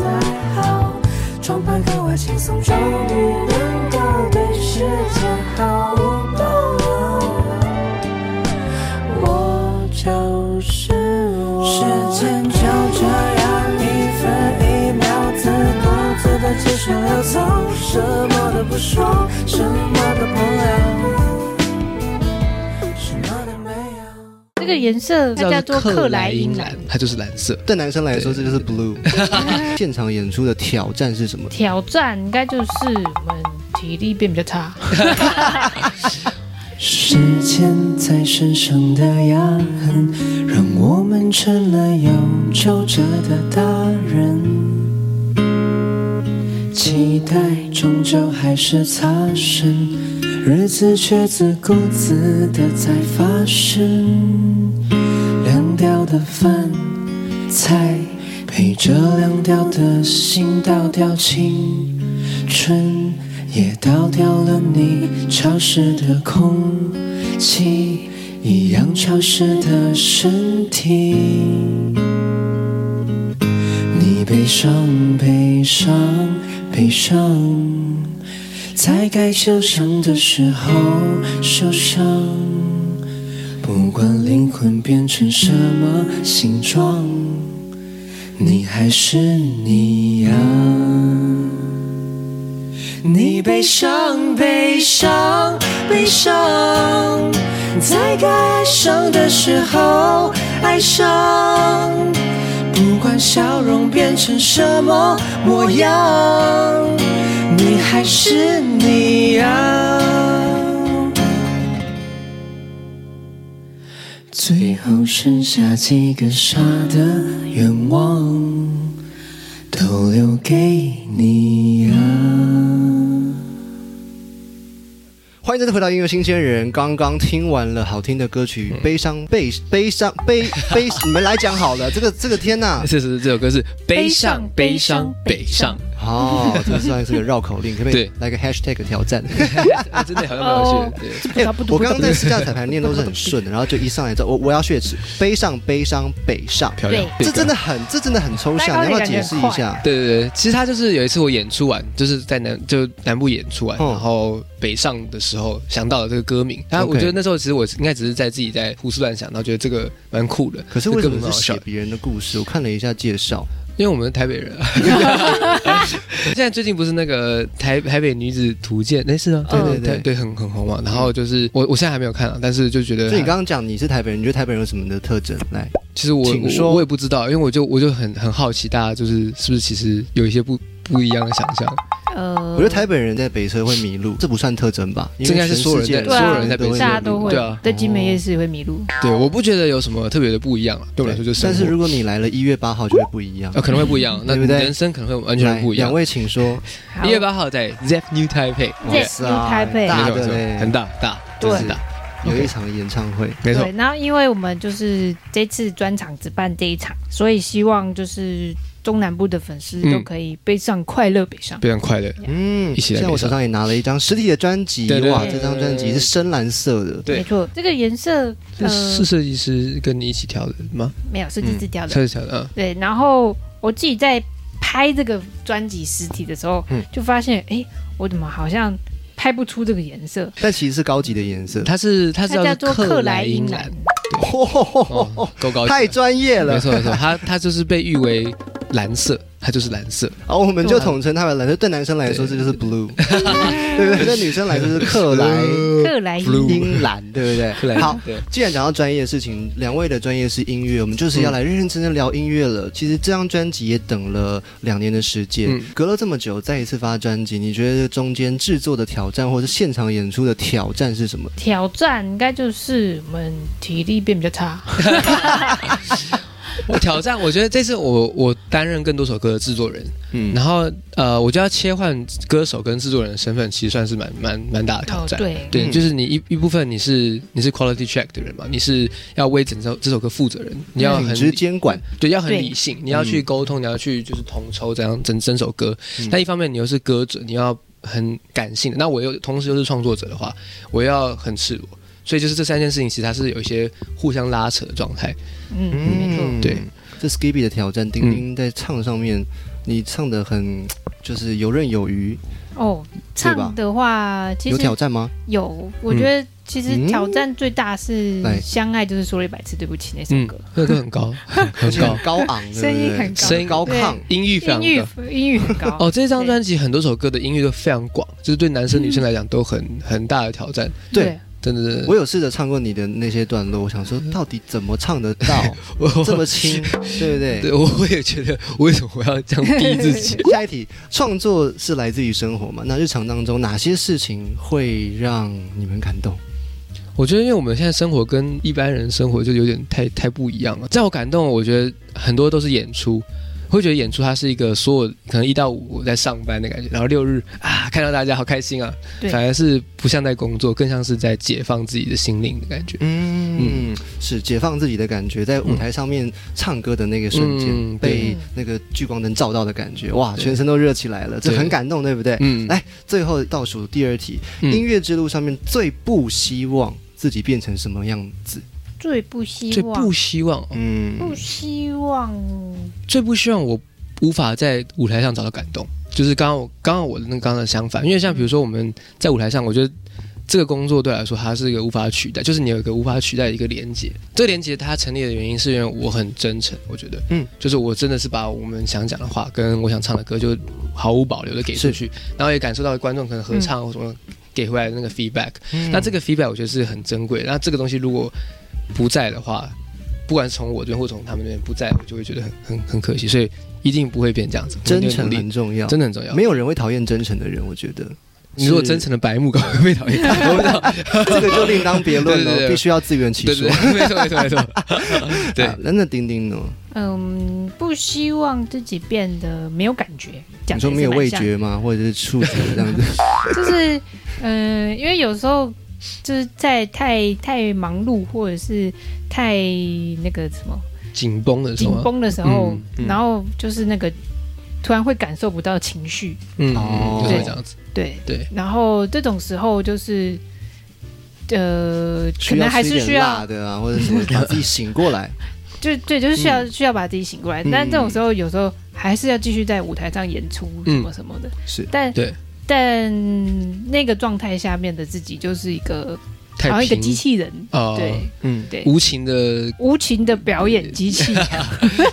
Speaker 4: 戴好，装扮格外轻松，终于能够对世界毫无保留。我就是我，时间就这样一分一秒自顾自的继续流走，什么都不说，什么都不聊，什么都没有。
Speaker 3: 这个颜色它叫做克莱因啊蓝，
Speaker 2: 它就是蓝色。
Speaker 1: 对男生来说，这就是
Speaker 2: [laughs]
Speaker 1: Blue。现场演出的挑战是什么？
Speaker 3: 挑战应该就是我们体力变比较
Speaker 2: [laughs]
Speaker 3: 差，
Speaker 4: 时间在身上的压痕，让我们成了有皱褶的大人。期待终究还是擦身，日子却自顾自的在发生。凉掉的饭菜，陪着凉掉的心倒掉青春也倒掉了你潮湿的空气，一样潮湿的身体。你悲伤，悲伤，悲伤，在该受伤的时候受伤。不管灵魂变成什么形状，你还是你呀、你悲伤，悲伤，悲伤。在该爱上的时候爱上，不管笑容变成什么模样，你还是你啊呀、最后剩下几个傻的愿望，都留给你啊呀、
Speaker 1: 欢迎再次回到音乐新鲜人。刚刚听完了好听的歌曲
Speaker 2: 嗯
Speaker 1: 《悲伤悲悲伤悲
Speaker 2: [laughs]
Speaker 1: 悲》，你们来讲好了。这个这个天呐！
Speaker 2: 是啊是，这首歌是悲伤悲伤北上，
Speaker 1: 哦，这算是个绕口令，可不可以
Speaker 2: 对
Speaker 1: 来个 hashtag 挑
Speaker 2: [laughs]
Speaker 1: 战？
Speaker 2: 啊真的好像蛮有趣的。对
Speaker 1: 哎、
Speaker 3: 不
Speaker 1: 我刚刚在私下彩排念都是很顺的，然后就一上来之后，我我要血池，悲上悲伤北上，
Speaker 2: 漂亮，
Speaker 1: 这真
Speaker 2: 的。
Speaker 1: 的很这真的很抽象，
Speaker 3: 大
Speaker 1: 你要
Speaker 3: 纲
Speaker 1: 不要
Speaker 3: 感觉
Speaker 1: 解
Speaker 3: 很
Speaker 1: 释一
Speaker 3: 快
Speaker 1: 下？
Speaker 2: 对对对，其实他就是有一次我演出完，就是在南就南部演出完，
Speaker 1: 嗯
Speaker 2: 然后北上的时候想到了这个歌名，然后
Speaker 1: OK
Speaker 2: 我觉得那时候其实我应该只是在自己在胡思乱想，然后觉得这个蛮酷的。
Speaker 1: 可是为
Speaker 2: 这
Speaker 1: 什
Speaker 2: 歌名
Speaker 1: 么
Speaker 2: 蛮好
Speaker 1: 是
Speaker 2: 笑
Speaker 1: 写
Speaker 2: 的
Speaker 1: 别人的故事？我看了一下介绍，
Speaker 2: 因为我们是台北人啊。啊
Speaker 1: [laughs]
Speaker 2: 现在最近不是那个台台北女子图鉴，那、是吗？
Speaker 1: 对对
Speaker 2: 对
Speaker 1: 哦对
Speaker 2: 对对，很很红嘛。然后就是我我现在还没有看啊，但是就觉得
Speaker 1: 所以你刚刚讲你是台北人，你觉得台北人有什么的特征？来，
Speaker 2: 其实我
Speaker 1: 请
Speaker 2: 我
Speaker 1: 说
Speaker 2: 我也不知道，因为我就我就很很好奇，大家就是是不是其实有一些不不一样的想象？
Speaker 3: 呃，
Speaker 1: 我觉得台北人在北车会迷路，这不算特征吧？因为
Speaker 2: 嗯这应该是所有人在
Speaker 1: 全世界
Speaker 3: 对啊
Speaker 2: 所有人在北车
Speaker 1: 迷路
Speaker 3: 大家都会
Speaker 2: 对啊
Speaker 3: 在金门夜市也会迷路，
Speaker 2: 对，我不觉得有什么特别的不一样啊，对我来说就是
Speaker 1: 但
Speaker 2: 生
Speaker 1: 是
Speaker 2: 活
Speaker 1: 如果你来了一月八号，就会不一样
Speaker 2: 呃。可能会不一样，那
Speaker 1: 对不对
Speaker 2: 人生可能会完全
Speaker 1: 来
Speaker 2: 不一样。
Speaker 1: 两位请说。
Speaker 3: 好
Speaker 2: 一月八号在 Zep New Taipei，
Speaker 3: Yes，New Taipei
Speaker 1: 大
Speaker 2: 没
Speaker 1: 的
Speaker 2: 错没
Speaker 1: 嘞
Speaker 2: 错，很大大，
Speaker 3: 对
Speaker 2: 真是大，
Speaker 1: 有一
Speaker 2: OK
Speaker 1: 场演唱会，
Speaker 2: 没错
Speaker 3: 对，，然后因为我们就是这次专场只办这一场，所以希望就是中南部的粉丝
Speaker 2: 嗯
Speaker 3: 都可以背上快乐北上。
Speaker 2: 非常快乐。
Speaker 1: 嗯，
Speaker 2: 一起来
Speaker 1: 现在我
Speaker 2: 北上
Speaker 1: 手上也拿了一张实体的专辑，
Speaker 2: 对对
Speaker 1: 哇，
Speaker 3: 对
Speaker 1: 这张专辑是深蓝色的，
Speaker 2: 对
Speaker 3: 没错，这个颜色
Speaker 2: 是
Speaker 3: 呃
Speaker 2: 是设计师跟你一起调的吗？
Speaker 3: 没有是自己调的，
Speaker 2: 设计调的，嗯。
Speaker 3: 对。然后我自己在拍这个专辑实体的时候，
Speaker 1: 嗯
Speaker 3: 就发现哎，我怎么好像拍不出这个颜色？
Speaker 1: 但其实是高级的颜色。
Speaker 2: 它是它是
Speaker 3: 它
Speaker 2: 叫
Speaker 3: 叫
Speaker 2: 做
Speaker 3: 做
Speaker 2: 克
Speaker 3: 克
Speaker 2: 莱
Speaker 3: 莱
Speaker 2: 因
Speaker 3: 因啊
Speaker 2: 蓝
Speaker 3: 蓝，，
Speaker 1: 哦
Speaker 2: 哦，够高
Speaker 1: [laughs]
Speaker 2: 级了，
Speaker 1: 太专业了
Speaker 2: 没，错没错，它它就是被誉为蓝色，它就是蓝色，
Speaker 1: 哦，我们就统称它为蓝色。对男生来说，这
Speaker 2: 对
Speaker 1: 就是 blue，对不对？对女生来说是克莱
Speaker 3: 克莱
Speaker 2: [laughs]
Speaker 3: 因
Speaker 2: Blue
Speaker 1: 英蓝，对不
Speaker 2: 克
Speaker 1: 对？
Speaker 2: 莱因
Speaker 1: 好，
Speaker 2: 对
Speaker 1: 既然讲到专业的事情，两位的专业是音乐，我们就是要来认认真真聊音乐了。其实这张专辑也等了两年的时间，
Speaker 2: 嗯
Speaker 1: 隔了这么久再一次发专辑，你觉得中间制作的挑战，或是现场演出的挑战是什么？
Speaker 3: 挑战应该就是我们体力变比较差，
Speaker 2: 我挑战，我觉得这次我我担任更多首歌的制作人，
Speaker 1: 嗯，
Speaker 2: 然后呃，我就要切换歌手跟制作人的身份，其实算是蛮蛮蛮大的挑
Speaker 3: 哦
Speaker 2: 战。
Speaker 3: 对，
Speaker 2: 对，
Speaker 1: 嗯
Speaker 2: 就是你一一部分你是你是 quality check 的人嘛，你是要为整首这首歌负责人，你要
Speaker 1: 品
Speaker 2: 很
Speaker 1: 质监管，
Speaker 2: 对，要很
Speaker 3: 对
Speaker 2: 理性，你要去沟通，你要去就是统筹这样整整首歌
Speaker 1: 嗯。
Speaker 2: 但一方面你又是歌者，你要很感性的。那我又同时又是创作者的话，我要很赤裸。所以就是这三件事情，其实它是有一些互相拉扯的状态。
Speaker 3: 嗯，没错。
Speaker 2: 对，
Speaker 1: 这 Skippy 的挑战，丁丁在唱上面，你唱的很就是游刃有余，
Speaker 3: 哦，
Speaker 1: 对吧
Speaker 3: 唱的话其
Speaker 1: 有
Speaker 3: 实
Speaker 1: 挑战嗯吗？
Speaker 3: 有，我觉得其实挑战最大是
Speaker 1: 嗯来
Speaker 3: 《相爱就是说了一百次对不起》那首
Speaker 2: 嗯
Speaker 3: 歌，，
Speaker 2: 那个很高，很
Speaker 1: 而
Speaker 2: 很
Speaker 1: 且很
Speaker 2: 高，
Speaker 1: 高昂，对不对
Speaker 3: 声音很高
Speaker 2: 声音
Speaker 1: 高
Speaker 3: 对
Speaker 1: 亢。
Speaker 2: 音域非常
Speaker 3: 音域
Speaker 2: 高。
Speaker 3: 音域很高。
Speaker 1: [laughs]
Speaker 2: 哦，这张专辑很多首歌的音域都非常广，就是对男生女生来讲都很很大的挑战。
Speaker 1: 对，
Speaker 2: 真的，真的
Speaker 1: 我有试着唱过你的那些段落，我想说
Speaker 2: 嗯
Speaker 1: 到底怎么唱得到
Speaker 2: [laughs] 我
Speaker 1: 这么轻，对不对？
Speaker 2: 对，我我也觉得，为什么我要这样逼自己？
Speaker 1: [laughs] 下一题，创作是来自于生活嘛？那日常当中哪些事情会让你们感动？
Speaker 2: 我觉得，因为我们现在生活跟一般人生活就有点太太不一样了。在我感动，我觉得很多都是演出，会觉得演出它是一个所有可能一到五我在上班的感觉，然后六日啊看到大家好开心啊，
Speaker 3: 对
Speaker 2: 反而是不像在工作，更像是在解放自己的心灵的感觉。
Speaker 1: 嗯，是解放自己的感觉，在舞台上面唱歌的那个瞬间，
Speaker 2: 嗯
Speaker 1: 被
Speaker 3: 对
Speaker 1: 那个聚光灯照到的感觉，哇，
Speaker 2: 对
Speaker 1: 全身都热起来了，这
Speaker 2: 对
Speaker 1: 很感动，对不对？
Speaker 2: 嗯
Speaker 1: 来，最后倒数第二题，
Speaker 2: 嗯
Speaker 1: 音乐之路上面最不希望自己变成什么样子？
Speaker 3: 最不希
Speaker 2: 最
Speaker 3: 望
Speaker 2: 不希望，
Speaker 1: 嗯，
Speaker 3: 不希望
Speaker 2: 最不希望我无法在舞台上找到感动，就是刚刚我刚刚我的那个刚刚的相反，因为像比如说我们在舞台上，我觉得这个工作对我来说它是一个无法取代，就是你有一个无法取代的一个连接。这个连接它成立的原因是因为我很真诚，我觉得，
Speaker 1: 嗯
Speaker 2: 嗯，就是我真的是把我们想讲的话跟我想唱的歌就毫无保留的给出去，然后也感受到观众可能合唱或什么。给回来的那个 feedback。
Speaker 1: 嗯
Speaker 2: 那这个 feedback 我觉得是很珍贵。那这个东西如果不在的话，不管是从我这边或从他们那边不在，我就会觉得很很很可惜。所以一定不会变这样子，
Speaker 1: 真
Speaker 2: 我一
Speaker 1: 诚
Speaker 2: 定会努力
Speaker 1: 很重要，
Speaker 2: 真的很重要。
Speaker 1: 没有人会讨厌真诚的人，我觉得。
Speaker 2: 你如果
Speaker 1: 是
Speaker 2: 真诚的白目，搞会被讨厌。我不
Speaker 1: [laughs]
Speaker 2: 知道，
Speaker 1: 这个就另当别论
Speaker 2: [laughs] 对对
Speaker 1: 了，
Speaker 2: 对
Speaker 1: 必须要自圆其
Speaker 2: 对
Speaker 1: 说
Speaker 2: 对。对，没错没错没错。对
Speaker 1: 啊，那那丁丁呢？
Speaker 3: 嗯，不希望自己变得没有感觉，讲
Speaker 1: 你说
Speaker 3: 的也
Speaker 1: 没
Speaker 3: 是
Speaker 1: 有
Speaker 3: 蛮
Speaker 1: 味
Speaker 3: 像
Speaker 1: 觉吗？或者是触觉这样
Speaker 3: [laughs]
Speaker 1: 子？
Speaker 3: 就是嗯、呃因为有时候就是在太太忙碌或者是太那个什么
Speaker 2: 紧绷的时
Speaker 3: 紧
Speaker 2: 候啊，
Speaker 3: 绷的时候，
Speaker 2: 嗯嗯
Speaker 3: 然后就是那个突然会感受不到情绪，
Speaker 2: 嗯，
Speaker 1: 哦
Speaker 2: 嗯就是会这样子。
Speaker 3: 对
Speaker 2: 对，
Speaker 3: 然后这种时候就是呃，可
Speaker 1: 需
Speaker 3: 能
Speaker 1: 要
Speaker 3: 还
Speaker 1: 吃
Speaker 3: 是
Speaker 1: 一
Speaker 3: 需
Speaker 1: 点
Speaker 3: 要
Speaker 1: 辣的啊，或者
Speaker 3: [laughs]
Speaker 1: 是把自己醒过来。
Speaker 3: 就对，就是需要、需要把自己醒过来。
Speaker 1: 嗯嗯
Speaker 3: 但这种时候，有时候还是要继续在舞台上演出什么什么的。
Speaker 1: 是
Speaker 3: 但
Speaker 2: 对
Speaker 3: 但那个状态下面的自己就是一个
Speaker 2: 太
Speaker 3: 好像一个
Speaker 2: 平
Speaker 3: 机器人，
Speaker 2: 哦
Speaker 3: 对
Speaker 2: 嗯
Speaker 3: 对
Speaker 2: 无情的
Speaker 3: 无情的表演机器。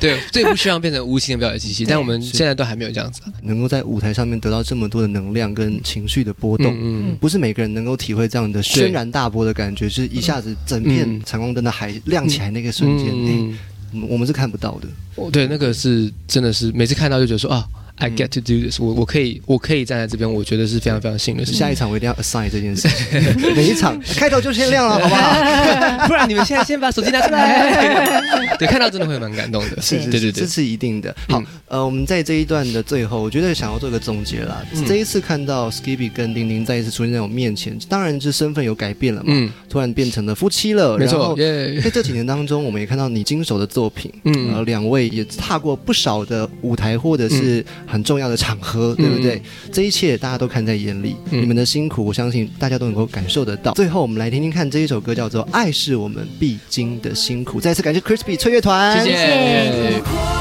Speaker 2: 对，最不希望变成无情的表
Speaker 1: [laughs]
Speaker 2: 演机器，
Speaker 3: 对
Speaker 2: 但我们
Speaker 1: 是
Speaker 2: 现在都还没有这样子啊。
Speaker 1: 能够在舞台上面得到这么多的能量跟情绪的波动，
Speaker 2: 嗯嗯
Speaker 1: 不是每个人能够体会这样的轩然大波的感觉，就是一下子整片
Speaker 2: 嗯
Speaker 1: 闪光灯的海亮起来那个瞬间，哎
Speaker 2: 嗯，
Speaker 1: 我们我们是看不到的。
Speaker 2: 嗯对，那个是真的是每次看到就觉得说啊，I
Speaker 1: 嗯
Speaker 2: get to do this，我我可以我可以站在这边，我觉得是非常非常幸运的事情。
Speaker 1: 下一场我一定要 assign 这件事
Speaker 3: [laughs]
Speaker 1: 情，每一场开头就先亮了，好不好？ [laughs]
Speaker 2: 不然你们现在先把手机拿出来。对，看到真的会蛮感动的。
Speaker 1: 是是
Speaker 2: 对
Speaker 1: 是，
Speaker 2: 对
Speaker 1: 这
Speaker 2: 对，
Speaker 1: 是一定的。好
Speaker 2: 嗯，
Speaker 1: 呃，我们在这一段的最后，我觉得想要做个总结啦。
Speaker 2: 嗯
Speaker 1: 这一次看到 Skippy 跟丁丁再一次出现在我面前，当然这身份有改变了嘛，
Speaker 2: 嗯，
Speaker 1: 突然变成了夫妻了，
Speaker 2: 没
Speaker 1: 然后
Speaker 2: 错，耶，
Speaker 1: [laughs] 在这几年当中，我们也看到你经手的作品，
Speaker 2: 嗯
Speaker 1: 嗯，呃，两位也踏过不少的舞台或者
Speaker 2: 嗯
Speaker 1: 是很重要的场合，对不对？这一切大家都看在眼里，
Speaker 2: 嗯
Speaker 1: 你们的辛苦，我相信大家都能够感受得到。最后，我们来听听看这一首歌，叫做《爱是我们必经的辛苦》。再次感谢 Crispy 吹乐团，
Speaker 2: 谢谢。
Speaker 4: 如果